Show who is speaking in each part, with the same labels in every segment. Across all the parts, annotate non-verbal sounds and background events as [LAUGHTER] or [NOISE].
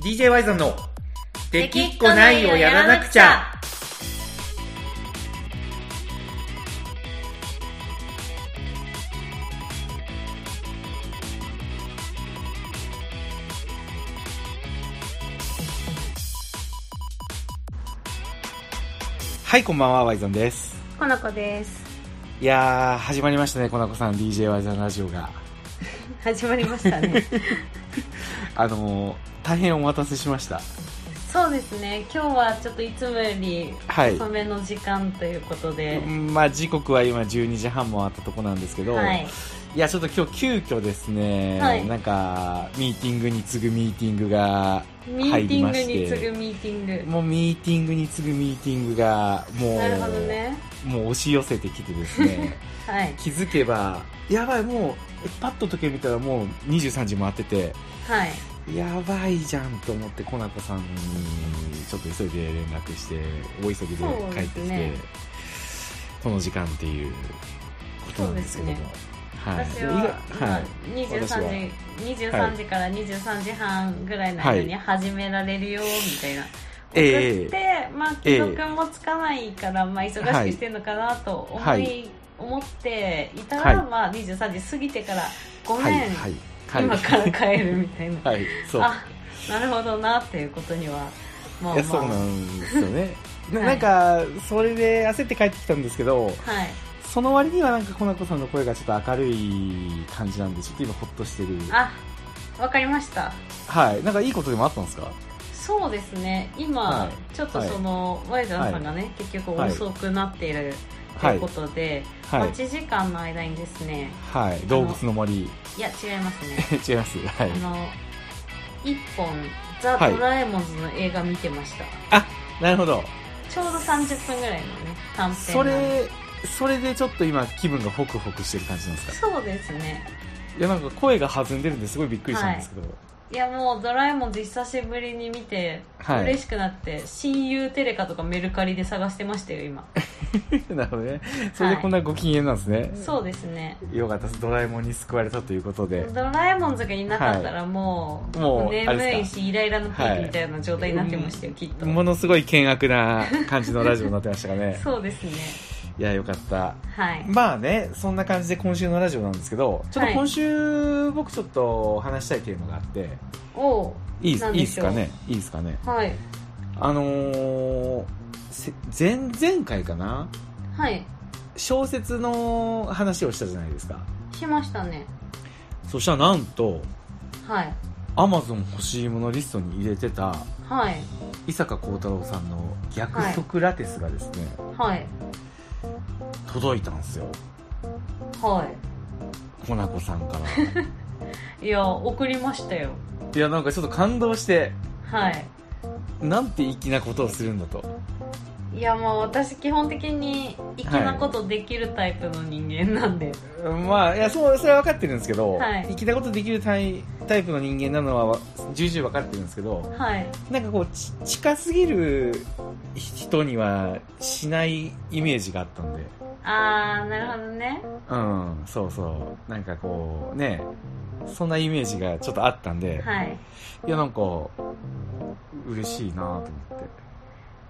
Speaker 1: DJ ワイゾンの「できっこないをやらなくちゃ」はいこんばんはワイゾンです
Speaker 2: この子です
Speaker 1: いやー始まりましたねコナコさん DJ ワイゾンラジオが
Speaker 2: 始まりましたね
Speaker 1: あのー大変お待たせしました
Speaker 2: [LAUGHS] そうですね今日はちょっといつもより
Speaker 1: はい
Speaker 2: 遅めの時間ということで、
Speaker 1: うんまあ時刻は今12時半もあったとこなんですけど、
Speaker 2: はい
Speaker 1: いやちょっと今日急遽ですね、
Speaker 2: はい
Speaker 1: なんかミーティングに次ぐミーティングが
Speaker 2: ミーティング
Speaker 1: 入り
Speaker 2: に
Speaker 1: まして
Speaker 2: 次ぐミーティング
Speaker 1: もうミーティングに次ぐミーティングがもう
Speaker 2: なるほどね
Speaker 1: もう押し寄せてきてです
Speaker 2: [LAUGHS]
Speaker 1: ね
Speaker 2: はい
Speaker 1: 気づけばやばいもうえパッと時計見たらもう23時回ってて
Speaker 2: はい
Speaker 1: やばいじゃんと思ってコナコさんにちょっと急いで連絡して大急ぎで帰って
Speaker 2: そうで
Speaker 1: き
Speaker 2: す
Speaker 1: て、
Speaker 2: ね
Speaker 1: この時間っていうことなんですけども、
Speaker 2: そうで
Speaker 1: はい
Speaker 2: 私
Speaker 1: い
Speaker 2: は
Speaker 1: や、
Speaker 2: ま
Speaker 1: は
Speaker 2: あ
Speaker 1: い、
Speaker 2: 23
Speaker 1: 私は
Speaker 2: 時23時から23時半ぐらいの間に始められるよみたいな、
Speaker 1: ええ
Speaker 2: 送って、まあ、既読もつかないから、まあ、忙しくしてるのかなと思い、
Speaker 1: はい
Speaker 2: 思っていたら、
Speaker 1: はい
Speaker 2: まあ、23時過ぎてからごめん、
Speaker 1: はいはいはい
Speaker 2: 今から帰るみたいな、
Speaker 1: [LAUGHS] はいそう
Speaker 2: あなるほどなっていうことにはまあ
Speaker 1: いや
Speaker 2: まあ
Speaker 1: そうなんですよ
Speaker 2: [LAUGHS]
Speaker 1: ねな
Speaker 2: はい
Speaker 1: なんかそれで焦って帰ってきたんですけど
Speaker 2: はい
Speaker 1: その割にはなんかコナコさんの声がちょっと明るい感じなんでちょっと今ホッとしてる
Speaker 2: あわかりました
Speaker 1: はいなんかいいことでもあったんですか
Speaker 2: そうですね今、
Speaker 1: はい
Speaker 2: ちょっとその、ワイザーさんがね、結局
Speaker 1: はい
Speaker 2: 遅くなっていると
Speaker 1: は
Speaker 2: いう
Speaker 1: い
Speaker 2: ことで、
Speaker 1: はい
Speaker 2: 8時間の間にですね
Speaker 1: はい動物の森
Speaker 2: いや違いますね
Speaker 1: [LAUGHS] 違いますはい
Speaker 2: あの1本「ザ・
Speaker 1: はい
Speaker 2: ドラえもん」の映画見てました、
Speaker 1: なるほど
Speaker 2: ちょうど30分ぐらいのね短編
Speaker 1: そ
Speaker 2: なんで
Speaker 1: れそれでちょっと今気分がホクホクしてる感じなんですか
Speaker 2: そうですね
Speaker 1: いやなんか声が弾んでるんですごいびっくりしたんですけど、
Speaker 2: いやもう「ドラえもん」で久しぶりに見て、
Speaker 1: はい
Speaker 2: 嬉しくなって親友テレカとかメルカリで探してましたよ今
Speaker 1: [LAUGHS] なるほどねそれでこんなご機嫌なんですね、
Speaker 2: そうですね
Speaker 1: よかったですドラえもんに救われたということで
Speaker 2: ドラえもんズがいなかったらもう,、
Speaker 1: はいもうあ
Speaker 2: 眠
Speaker 1: れで
Speaker 2: い
Speaker 1: す
Speaker 2: しイライラのピークみたいな状態になってましたよ、きっと
Speaker 1: ものすごい険悪な感じのラジオになってましたかね
Speaker 2: そうですね
Speaker 1: いやよかった
Speaker 2: はい
Speaker 1: まあねそんな感じで今週のラジオなんですけどちょっと今週、僕ちょっと話したいテーマがあって
Speaker 2: おう
Speaker 1: いいっす
Speaker 2: なん
Speaker 1: いい
Speaker 2: で
Speaker 1: っす
Speaker 2: しょう
Speaker 1: かねいいっすかね
Speaker 2: はい
Speaker 1: あのー、せ前々回かな
Speaker 2: はい
Speaker 1: 小説の話をしたじゃないですか
Speaker 2: しましたね
Speaker 1: そしたらなんと
Speaker 2: はい
Speaker 1: アマゾン欲しいものリストに入れてた
Speaker 2: はい
Speaker 1: 伊坂幸太郎さんの「逆ソクラテス」がですね、
Speaker 2: はい
Speaker 1: 届いたんですよ
Speaker 2: は
Speaker 1: コナコさんから
Speaker 2: いいや送りましたよ
Speaker 1: [LAUGHS] いやなんかちょっと感動して
Speaker 2: はい
Speaker 1: なんて粋なことをするんだと
Speaker 2: いやもう私基本的に粋なことできるタイプの人間なんで、
Speaker 1: まあいやそうそれは分かってるんですけど、
Speaker 2: はい
Speaker 1: 粋なことできるタイタイプの人間なのは重々分かってるんですけど
Speaker 2: はい
Speaker 1: なんかこうち近すぎる人にはしないイメージがあったんで
Speaker 2: ああなるほどね
Speaker 1: うんそうそうなんかこうねそんなイメージがちょっとあったんで、
Speaker 2: はい
Speaker 1: い、やなんか嬉しいなと思って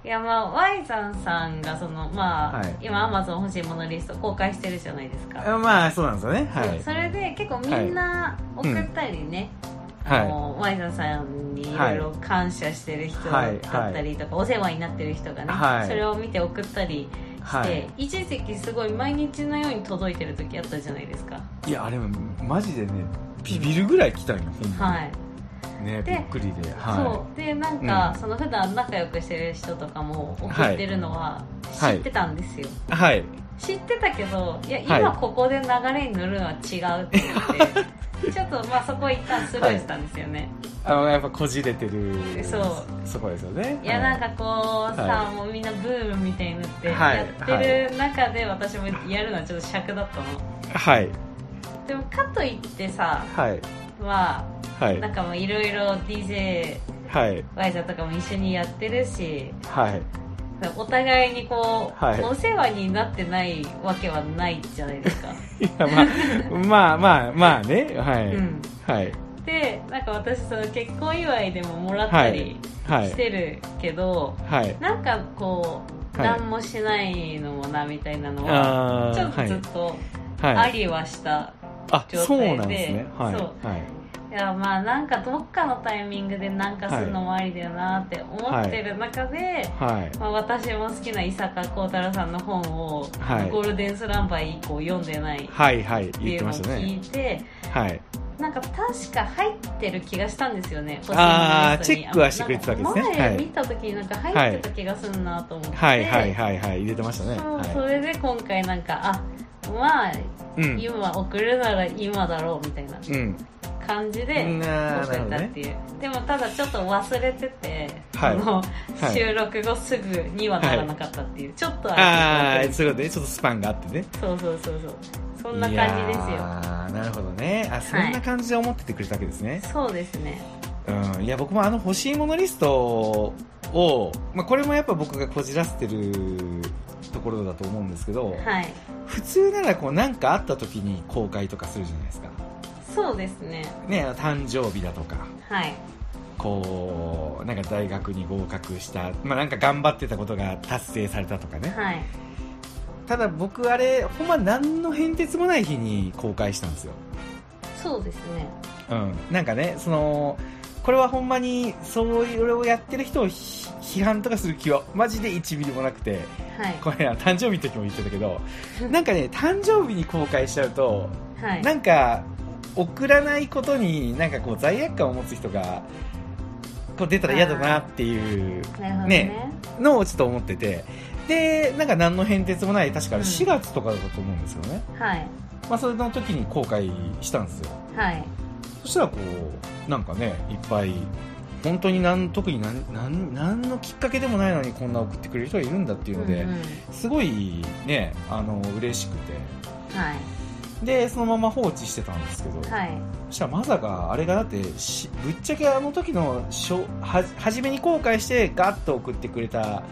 Speaker 2: いやまあワイザンさんがそのまあ、
Speaker 1: はい
Speaker 2: 今アマゾン欲しいものリスト公開してるじゃないですか、
Speaker 1: あまあそうなんですよねはい
Speaker 2: それで結構みんな送ったりね、あ
Speaker 1: はい
Speaker 2: のワイザンさんにいろいろ感謝してる人だったりとか、お世話になってる人がね、
Speaker 1: はい
Speaker 2: それを見て送ったりして、
Speaker 1: はい
Speaker 2: 一時期すごい毎日のように届いてる時あったじゃないですか
Speaker 1: いやあれマジでねビビるぐらい来たんよほんまに
Speaker 2: はい、
Speaker 1: ねび
Speaker 2: で
Speaker 1: っくりでは
Speaker 2: そうでなんか、
Speaker 1: うん
Speaker 2: その普段仲良くしてる人とかも送ってるのは知
Speaker 1: い
Speaker 2: ってたんですよ、
Speaker 1: いはい
Speaker 2: 知ってたけどいや
Speaker 1: はい
Speaker 2: 今ここで流れに乗るのは違う
Speaker 1: [LAUGHS]
Speaker 2: って言って、ちょっとまあそこは一旦スルーしたんですよね、
Speaker 1: あのやっぱこじれてる
Speaker 2: そう
Speaker 1: そこですよね
Speaker 2: い、やなん
Speaker 1: か
Speaker 2: かこうさ、
Speaker 1: は
Speaker 2: もうみんなブームみたいになって
Speaker 1: はい
Speaker 2: やってる中で私もやるのはちょっと尺だったの
Speaker 1: はい
Speaker 2: でもかといってさ
Speaker 1: はい
Speaker 2: ま
Speaker 1: は
Speaker 2: あないんかもういろいろ DJY
Speaker 1: はい
Speaker 2: ザとかも一緒にやってるし
Speaker 1: はい
Speaker 2: お互いにこう、
Speaker 1: はい
Speaker 2: お世話になってないわけはないじゃないですか、
Speaker 1: いやまあまあまあまあねはい、
Speaker 2: うん
Speaker 1: はい
Speaker 2: でなんか私その結婚祝いでももらったり
Speaker 1: はい
Speaker 2: してるけど、
Speaker 1: はい
Speaker 2: なんかこう、
Speaker 1: はい
Speaker 2: 何もしないのもなみたいなのは
Speaker 1: あ
Speaker 2: ちょ
Speaker 1: ー
Speaker 2: っと
Speaker 1: はい
Speaker 2: ずっとあ
Speaker 1: はい
Speaker 2: りはした、
Speaker 1: あ
Speaker 2: 状態で
Speaker 1: そうなんですねはい
Speaker 2: そう
Speaker 1: はい
Speaker 2: い、やまあなんかどっかのタイミングでなんかするのもありだよなって思ってる中で、
Speaker 1: はい
Speaker 2: まあ、私も好きな伊坂幸太郎さんの本を、
Speaker 1: はい
Speaker 2: ゴールデンスランバー以降読んでないっ
Speaker 1: はいはい
Speaker 2: て
Speaker 1: 言
Speaker 2: い
Speaker 1: っ
Speaker 2: う
Speaker 1: てま
Speaker 2: のを
Speaker 1: した
Speaker 2: 聞
Speaker 1: ね
Speaker 2: いて、
Speaker 1: はい
Speaker 2: なんか確か入ってる気がしたんですよね
Speaker 1: あー
Speaker 2: ポスティン
Speaker 1: チェッ
Speaker 2: グリストに
Speaker 1: クはしてくれてたわけですね
Speaker 2: なんか
Speaker 1: はい
Speaker 2: 前見た時になんか入ってた気がするなと思って、
Speaker 1: はいはいはいはい入れてましたね
Speaker 2: そう
Speaker 1: はい
Speaker 2: それで今回なんかあまあ
Speaker 1: うん
Speaker 2: 今送るなら今だろうみたいな
Speaker 1: うん
Speaker 2: 感じで
Speaker 1: うんなー
Speaker 2: 送ったっていう、でもただちょっと忘れてて、
Speaker 1: はい
Speaker 2: その
Speaker 1: い
Speaker 2: 収録後すぐにはならなかったっていう、ちょっと
Speaker 1: あ
Speaker 2: あ
Speaker 1: あそういうことねちょっとスパンがあってね
Speaker 2: そうそうそうそうそんな感じです
Speaker 1: い
Speaker 2: よ
Speaker 1: やーなるほどねあそんな感じで思っててくれたわけですね、
Speaker 2: そうですね
Speaker 1: うんいや僕もあの欲しいものリストを、まあ、これもやっぱ僕がこじらせてるところだと思うんですけど、
Speaker 2: はい
Speaker 1: 普通ならこうなんかあった時に公開とかするじゃないですか
Speaker 2: そうですね
Speaker 1: ねあの誕生日だとか
Speaker 2: はい
Speaker 1: こうなんか大学に合格した、まあ、なんか頑張ってたことが達成されたとかね
Speaker 2: はい
Speaker 1: ただ僕あれほんま何の変哲もない日に公開したんですよ
Speaker 2: そうですね
Speaker 1: うん、なんかねそのこれはほんまにそういうのをやってる人をひ批判とかする気はマジで1ミリもなくて
Speaker 2: はい
Speaker 1: これあの誕生日の時も言ってたけどなんかね誕生日に公開しちゃうと
Speaker 2: はい
Speaker 1: なんか送らないことになんかこう罪悪感を持つ人がこう出たら嫌だなっていう
Speaker 2: なるほどね
Speaker 1: ねのをちょっと思っててでなんか何の変哲もない確かあれ
Speaker 2: うん
Speaker 1: 4月とかだったと思うんですよね、
Speaker 2: はい
Speaker 1: まあ、それの時に公開したんですよ
Speaker 2: はい
Speaker 1: そしたらこうなんかねいっぱい本当になん特になんなんなんのきっかけでもないのにこんな送ってくれる人がいるんだっていうので、
Speaker 2: うんうん
Speaker 1: すごいねあの嬉しくて
Speaker 2: は
Speaker 1: でそのまま放置してたんですけど、
Speaker 2: いはい
Speaker 1: そしたらまさかあれがだってしぶっちゃけあの時のしょは初めに後悔してガッと送ってくれた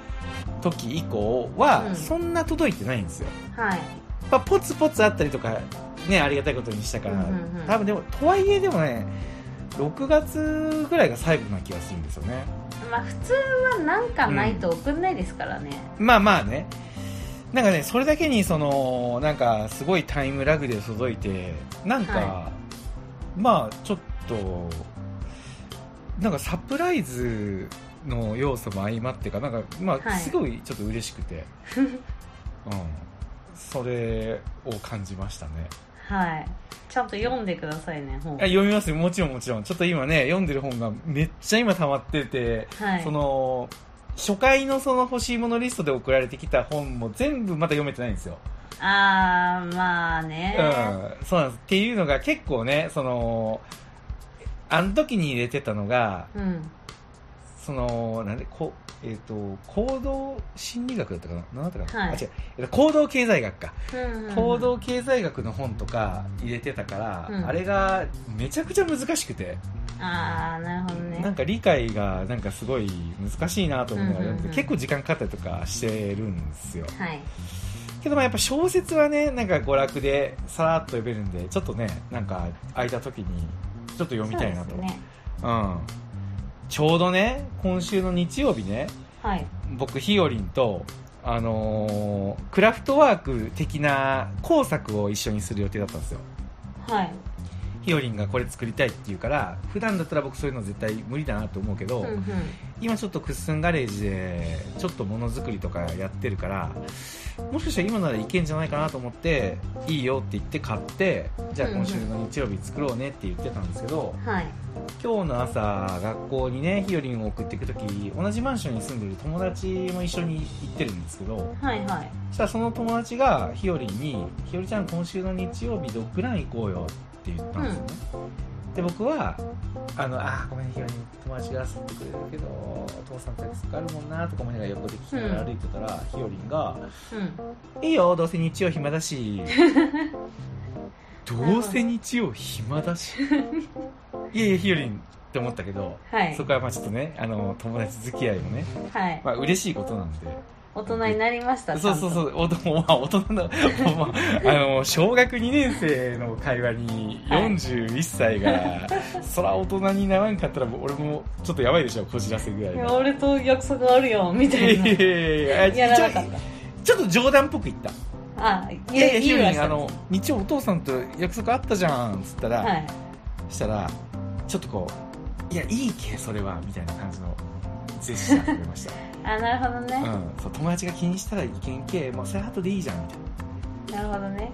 Speaker 1: 時以降は、
Speaker 2: うん
Speaker 1: そんな届いてないんですよ、
Speaker 2: はい
Speaker 1: まあ、ポツポツあったりとかねありがたいことにしたから、
Speaker 2: うんうんうん
Speaker 1: 多分でもとはいえでもね6月ぐらいが最後な気がするんですよね
Speaker 2: まあ普通はなんかないと送んないですからね、
Speaker 1: まあまあねなんかねそれだけにそのなんかすごいタイムラグで届いてなんか、
Speaker 2: は
Speaker 1: まあちょっとなんかサプライズの要素も相まってかなんかまあ
Speaker 2: はい
Speaker 1: すごいちょっと嬉しくて、
Speaker 2: [LAUGHS]
Speaker 1: うんそれを感じましたね
Speaker 2: はいちゃんと読んでくださいね本
Speaker 1: あ読みますよもちろんもちろんちょっと今ね読んでる本がめっちゃ今溜まってて、
Speaker 2: はい
Speaker 1: その初回のその欲しいものリストで送られてきた本も全部まだ読めてないんですよ、
Speaker 2: あーまあね、
Speaker 1: うんそうなんですっていうのが結構ねそのあの時に入れてたのが
Speaker 2: うん、
Speaker 1: そのなんでこえっ、と行動心理学だったかな何だったかな、
Speaker 2: はい
Speaker 1: あ違うえっと行動経済学か
Speaker 2: うんうん
Speaker 1: 行動経済学の本とか入れてたから、
Speaker 2: うん
Speaker 1: あれがめちゃくちゃ難しくて、
Speaker 2: ああなるほど
Speaker 1: な
Speaker 2: ね
Speaker 1: んか理解がなんかすごい難しいなと思いながら読んで
Speaker 2: うんうんうん
Speaker 1: 結構時間かかったりとかしてるんですよ
Speaker 2: はい
Speaker 1: けどまあやっぱ小説はねなんか娯楽でさらっと読めるんでちょっとねなんか空いた時にちょっと読みたいなと
Speaker 2: そうですね
Speaker 1: うん、ちょうどね今週の日曜日ね
Speaker 2: はい
Speaker 1: 僕ひよりんとあのークラフトワーク的な工作を一緒にする予定だったんですよ
Speaker 2: はい
Speaker 1: ひよりんがこれ作りたいって言うから普段だったら僕そういうの絶対無理だなと思うけど、
Speaker 2: うんうん
Speaker 1: 今ちょっとクッスンガレージでちょっとものづくりとかやってるからもしかしたら今ならいけんじゃないかなと思っていいよって言って買ってじゃあ今週の日曜日作ろうねって言ってたんですけど
Speaker 2: はい
Speaker 1: 今日の朝学校にねひよりんを送っていく時同じマンションに住んでる友達も一緒に行ってるんですけど
Speaker 2: はいはい
Speaker 1: そしたらその友達がひよりんに「ひよりちゃん今週の日曜日ドッグラン行こうよ」って言ったんですよね、で僕は「あのあーごめんひよりん友達が遊んでくれるけどお父さんたち疲れるもんな」とか思いながら横で聞きながら歩いてたら、ひよりんが
Speaker 2: うん
Speaker 1: 「いいよどうせ日曜暇だ
Speaker 2: [LAUGHS]
Speaker 1: し」「どうせ日曜暇だし」いやいやひよりんって思ったけど
Speaker 2: はい
Speaker 1: そこはまあちょっとねあの友達付き合いもね、
Speaker 2: はい
Speaker 1: まあ嬉しいことなんで
Speaker 2: 大人になりました
Speaker 1: そうそうそううおと、まあ、大人の、まあ、あの小学2年生の会話に
Speaker 2: はい
Speaker 1: 41歳が、そら大人にならんかったらもう俺もちょっとやばいでしょこじらせぐらい
Speaker 2: いや
Speaker 1: の。
Speaker 2: 俺と約束あるよみたい
Speaker 1: い
Speaker 2: な
Speaker 1: やいやいや
Speaker 2: やらなか
Speaker 1: 一
Speaker 2: っ
Speaker 1: 応ちょっと冗談っぽく言った
Speaker 2: たあい
Speaker 1: いや
Speaker 2: や
Speaker 1: いや
Speaker 2: い
Speaker 1: ひ
Speaker 2: い
Speaker 1: ろ
Speaker 2: わ
Speaker 1: りんあの日曜お父さんと約束あったじゃんっつったら、
Speaker 2: はい
Speaker 1: したらちょっとこういやいいけそれはみたいな感じのジェスチャーくれ
Speaker 2: [LAUGHS]
Speaker 1: ました、
Speaker 2: あなるほどね、
Speaker 1: うん、そう友達が気にしたらいけんけもうそれ後でいいじゃんみたい
Speaker 2: なるほどね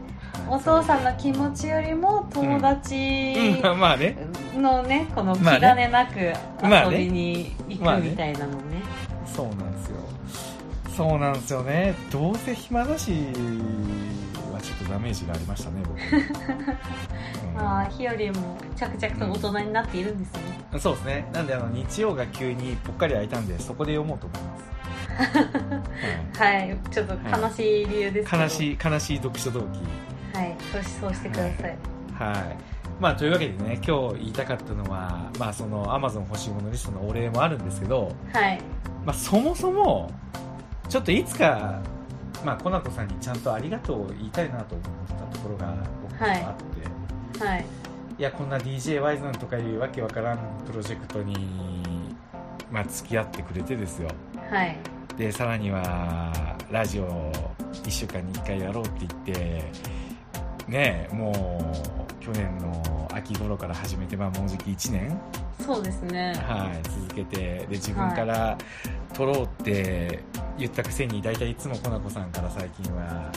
Speaker 1: な、
Speaker 2: お父さんの気持ちよりも友達
Speaker 1: うんまあまあね
Speaker 2: のねこの気
Speaker 1: まあね
Speaker 2: 兼ねなく
Speaker 1: まあね
Speaker 2: 遊びに行
Speaker 1: まあ
Speaker 2: く
Speaker 1: ね
Speaker 2: みたいなのね
Speaker 1: そうなんですよそうなんですよねどうせ暇だしはちょっとダメージがありましたね僕、うん
Speaker 2: まあひよりも着々と大人になっているんですね
Speaker 1: そうですねなんであの日曜が急にぽっかり空いたんでそこで読もうと思います、はい
Speaker 2: はいちょっと悲しい理由ですけど
Speaker 1: 悲しい悲しい読書動機
Speaker 2: はいそうしそうしてください
Speaker 1: はいまあというわけでね今日言いたかったのはまあそのアマゾン欲しいものリストのお礼もあるんですけど、
Speaker 2: はい
Speaker 1: まあ、そもそもちょっといつかまあコナコさんにちゃんとありがとうを言いたいなと思ってたところが僕もあって、、
Speaker 2: はいはい
Speaker 1: やこんな DJ ワイズンとかいうわけわからんプロジェクトにまあ付き合ってくれてですよ
Speaker 2: はい
Speaker 1: でさらにはラジオ1週間に1回やろうって言ってねえもう去年の秋頃から始めて、まあ、もうじき1年、
Speaker 2: そうですね
Speaker 1: はい、続けてで自分から撮ろうって言ったくせに大体いつもコナコさんから最近は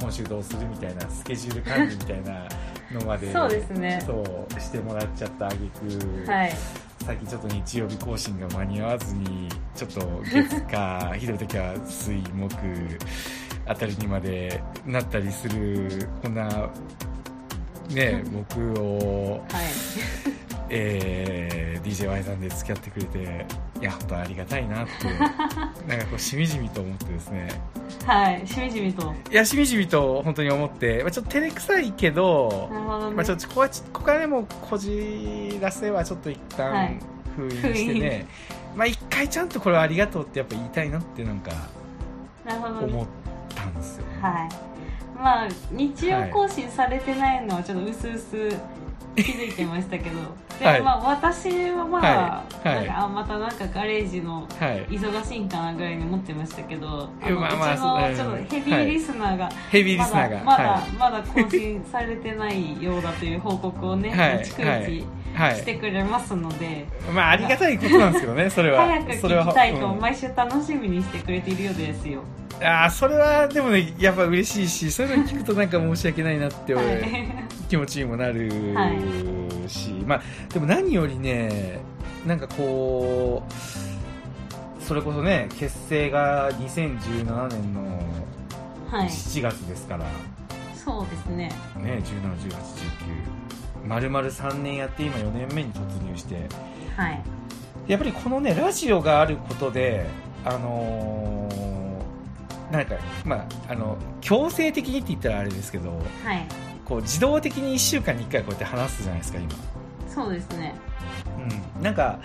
Speaker 1: 今週どうするみたいなスケジュール管理みたいなのまで
Speaker 2: [LAUGHS] そうですね
Speaker 1: そうしてもらっちゃった挙句、
Speaker 2: はい
Speaker 1: 最近ちょっと日曜日更新が間に合わずにちょっと月かひどい時は水木あたりにまでなったりするこんな
Speaker 2: [LAUGHS]
Speaker 1: ね僕を、
Speaker 2: はい
Speaker 1: えー、DJY さんで付き合ってくれていや本当ありがたいなって
Speaker 2: [LAUGHS]
Speaker 1: なんかこうしみじみと思ってですね
Speaker 2: はいしみじみと
Speaker 1: いやしみじみと本当に思って、まあ、ちょっと照れくさいけど
Speaker 2: なるほどね
Speaker 1: まあ、ちょっとここはちここはねもうこじらせはちょっと一
Speaker 2: は
Speaker 1: 旦
Speaker 2: い
Speaker 1: 封印してね、 [LAUGHS] まあ一回ちゃんとこれはありがとうってやっぱ言いたいなってなんか
Speaker 2: なるほどね
Speaker 1: 思ったんですよ、ね
Speaker 2: はい。まあ日曜更新されてないのはちょっと薄々気づいてましたけど、
Speaker 1: はい
Speaker 2: でもまあ私はまあ、
Speaker 1: はいはい
Speaker 2: なんかあまたなんかガレージの
Speaker 1: はい、
Speaker 2: 忙しいんかなぐらいに思ってましたけど、
Speaker 1: いやまあまあ
Speaker 2: うち
Speaker 1: そうだよ
Speaker 2: のちょ
Speaker 1: ね
Speaker 2: っとヘビーリスナーが。
Speaker 1: ヘビーリ
Speaker 2: ま
Speaker 1: スナ
Speaker 2: だ
Speaker 1: ーが
Speaker 2: まだ,、まだ更新されてないようだという報告をね、
Speaker 1: はい
Speaker 2: 逐一
Speaker 1: はい、は
Speaker 2: して
Speaker 1: い、
Speaker 2: くれますので、
Speaker 1: まあありがたいことなんですけどねそれは
Speaker 2: 早く
Speaker 1: それは
Speaker 2: 聞きたいと
Speaker 1: うん
Speaker 2: 毎週楽しみにしてくれているようですよ。
Speaker 1: ああそれはでもねやっぱ嬉しいしそういうの聞くとなんか申し訳ないなって
Speaker 2: [LAUGHS] は
Speaker 1: 俺、
Speaker 2: い
Speaker 1: 気持ちにもなる
Speaker 2: は
Speaker 1: し、まあでも何よりねなんかこうそれこそね結成が2017年の
Speaker 2: はい、
Speaker 1: 7月ですから、
Speaker 2: そうですね。
Speaker 1: ね171819丸々3年やって今4年目に突入して
Speaker 2: はい。
Speaker 1: やっぱりこのねラジオがあることであのーなんかまああの強制的にって言ったらあれですけど
Speaker 2: はい、
Speaker 1: こう自動的に1週間に1回こうやって話すじゃないですか今
Speaker 2: そうですね。
Speaker 1: うん、なんか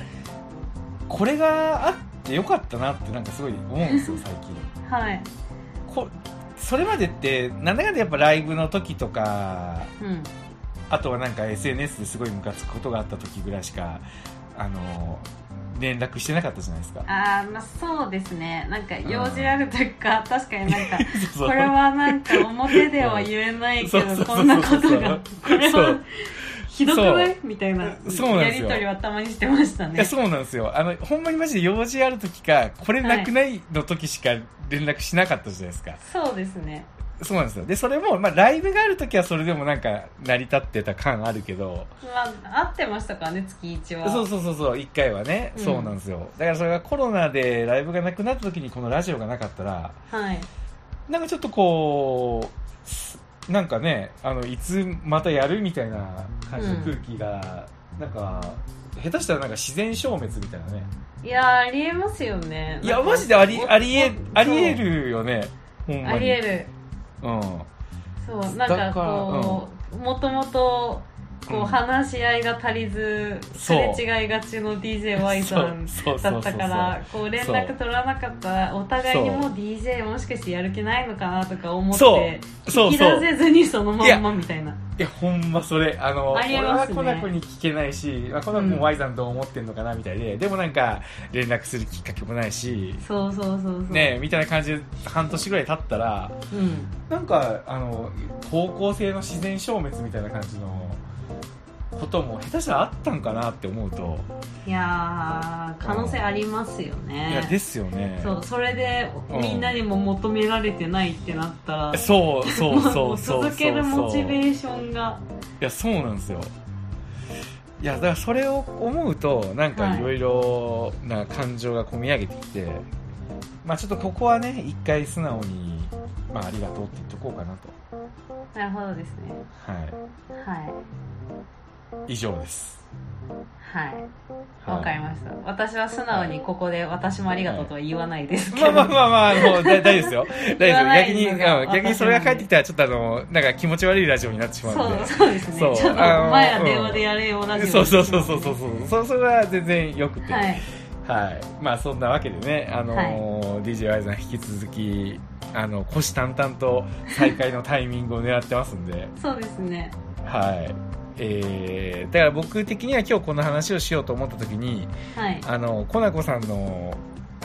Speaker 1: これがあってよかったなってなんかすごい思うんですよ最近
Speaker 2: はい、
Speaker 1: こそれまでってなんだかんだやっぱライブの時とか
Speaker 2: うん、
Speaker 1: あとはなんか SNS ですごいムカつくことがあった時ぐらいしかあの連絡してなかったじゃないですか
Speaker 2: ああ、まあ、そうですね。なんか用事あるというか、確かになんか。
Speaker 1: [LAUGHS] [LAUGHS] そうそう
Speaker 2: これはなんか表では言えないけ
Speaker 1: そうそう
Speaker 2: ど、
Speaker 1: そう
Speaker 2: こんなことが。これ
Speaker 1: そ
Speaker 2: は
Speaker 1: う
Speaker 2: ひどくないみたいな。
Speaker 1: そうなん
Speaker 2: や
Speaker 1: です
Speaker 2: り
Speaker 1: よ
Speaker 2: とりはたまにしてました
Speaker 1: い
Speaker 2: ね
Speaker 1: や。そうなんですよあのほんまにマジで用事ある時かこれなくないの時しか連絡しなかったじゃないですか、
Speaker 2: そうですね。
Speaker 1: そうなんですよでそれも、まあ、ライブがある時はそれでもなんか成り立ってた感あるけど
Speaker 2: まあ、合ってましたからね、月一は。
Speaker 1: そうそうそうそう1回はね、
Speaker 2: うん
Speaker 1: そうなんですよだからそれがコロナでライブがなくなった時にこのラジオがなかったら
Speaker 2: はい。
Speaker 1: なんかちょっとこうすなんかねあのいつまたやるみたいな感じの空気が、なんか下手したらなんか自然消滅みたいなね
Speaker 2: いやー、ありえますよね。
Speaker 1: いや
Speaker 2: なんか
Speaker 1: マジであり
Speaker 2: お
Speaker 1: ありえ
Speaker 2: お
Speaker 1: ありえるよねほんまに
Speaker 2: そうありえる。
Speaker 1: うん
Speaker 2: そうなんかこうもともとこう話し合いが足りず、すれ違いがちの DJY さん
Speaker 1: そう
Speaker 2: だったからこう連絡取らなかったらお互いにもう DJ もしかしてやる気ないのかなとか思っ
Speaker 1: そう
Speaker 2: て
Speaker 1: そ
Speaker 2: 聞
Speaker 1: う
Speaker 2: き
Speaker 1: そう
Speaker 2: 出せずにそのまんまみたいない
Speaker 1: やほんまそれあの
Speaker 2: ありえ
Speaker 1: 俺
Speaker 2: ま
Speaker 1: は
Speaker 2: すね
Speaker 1: コナコに聞けないしまあコナコ
Speaker 2: うん
Speaker 1: も Y さんどう思ってんのかなみたいで、でもなんか連絡するきっかけもないし
Speaker 2: そうそうそうそう、
Speaker 1: ねえみたいな感じで半年ぐらい経ったら
Speaker 2: うん、
Speaker 1: なんかあの方向性の自然消滅みたいな感じのことも下手したらあったんかなって思うと、
Speaker 2: いやー可能性ありますよね
Speaker 1: いやですよね
Speaker 2: そうそれで
Speaker 1: うん
Speaker 2: みんなにも求められてないってなったら、
Speaker 1: そうそうそう
Speaker 2: も
Speaker 1: そううそう
Speaker 2: 続けるモチベ
Speaker 1: い
Speaker 2: ーションが
Speaker 1: やそうなんですよいやだからそれを思うとなんか
Speaker 2: はい
Speaker 1: いろいろな感情が込み上げてきて、まあちょっとここはね一回素直に、まあ、ありがとうって言っとこうかなと
Speaker 2: なるほどですね
Speaker 1: は
Speaker 2: はい
Speaker 1: い以上です
Speaker 2: はい
Speaker 1: はい
Speaker 2: わかりました、私は素直にここで私もありがとうとは言わないですけど、
Speaker 1: まあまあまあまあ、あの、だ大 [LAUGHS] 丈夫ですよ。大
Speaker 2: 言わ
Speaker 1: 丈夫。
Speaker 2: ない
Speaker 1: 逆に、
Speaker 2: の
Speaker 1: うん
Speaker 2: が
Speaker 1: 逆にそれが返ってきたら、ちょっとあの、なんか気持ち悪いラジオになってしまうので。
Speaker 2: そうそうですね
Speaker 1: そう
Speaker 2: ちょっと
Speaker 1: あの
Speaker 2: 前は電話でやれようラジオ
Speaker 1: そうそうそうそうそうそう。そそれは全然良くて。は。
Speaker 2: はいい
Speaker 1: まあそんなわけでね、あのー DJY さん引き続き、あの、虎視眈々と再会のタイミングを狙ってますんで、
Speaker 2: そうですね
Speaker 1: はい。えー、だから僕的には今日この話をしようと思った時に、
Speaker 2: はい
Speaker 1: あの、コナコさんの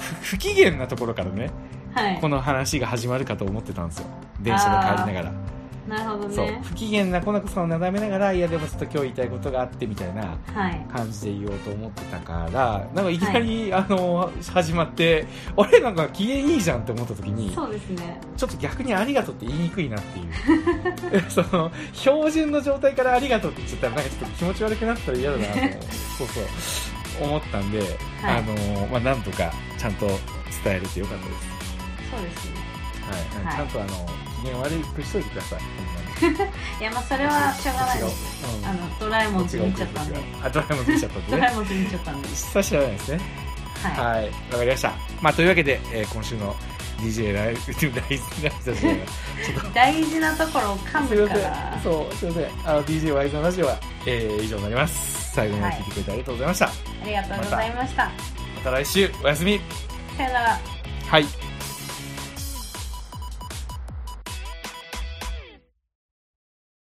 Speaker 1: 不不機嫌なところからね、
Speaker 2: はい
Speaker 1: この話が始まるかと思ってたんですよ電車で帰りながら、
Speaker 2: なるほど
Speaker 1: そう
Speaker 2: ね
Speaker 1: 不機嫌なコナコさんを眺めながらいやでもちょっと今日言いたいことがあってみたいな
Speaker 2: はい
Speaker 1: 感じで言おうと思ってたからなんかいきなり、あの始まって俺なんか機嫌いいじゃんって思った時に
Speaker 2: そうですね
Speaker 1: ちょっと逆にありがとうって言いにくいなっていう
Speaker 2: [LAUGHS]
Speaker 1: その標準の状態からありがとうって言っちゃったらなんかちょっと気持ち悪くなったら嫌だなと思うそうそう思ったんで、
Speaker 2: はい
Speaker 1: あのまあなんとかちゃんと伝えれてよかったです
Speaker 2: そうですね
Speaker 1: はい、
Speaker 2: はい
Speaker 1: ちゃんとあの機嫌悪くしといてください。
Speaker 2: いやまあそれはしょうがないです
Speaker 1: 違う。
Speaker 2: あのドラえもんち見ちゃったんで
Speaker 1: あ、ドラえもん出ちゃったん
Speaker 2: ド
Speaker 1: で
Speaker 2: ラ
Speaker 1: ね。
Speaker 2: えもんち見ちゃったんで
Speaker 1: 久しぶりなんですね。
Speaker 2: はい
Speaker 1: はい、わかりました。まあというわけで、えー今週の DJ ライブライズライズラジオが
Speaker 2: 大事なところを噛
Speaker 1: すい
Speaker 2: む
Speaker 1: ま
Speaker 2: か
Speaker 1: せ
Speaker 2: ら
Speaker 1: ん。そう、すいません。あの DJ ワイズのラジオは、えー以上になります。最後まで聞いてくれてありがとうございました。
Speaker 2: ありがとうございました
Speaker 1: また来週おやすみ。
Speaker 2: さよなら
Speaker 1: はい。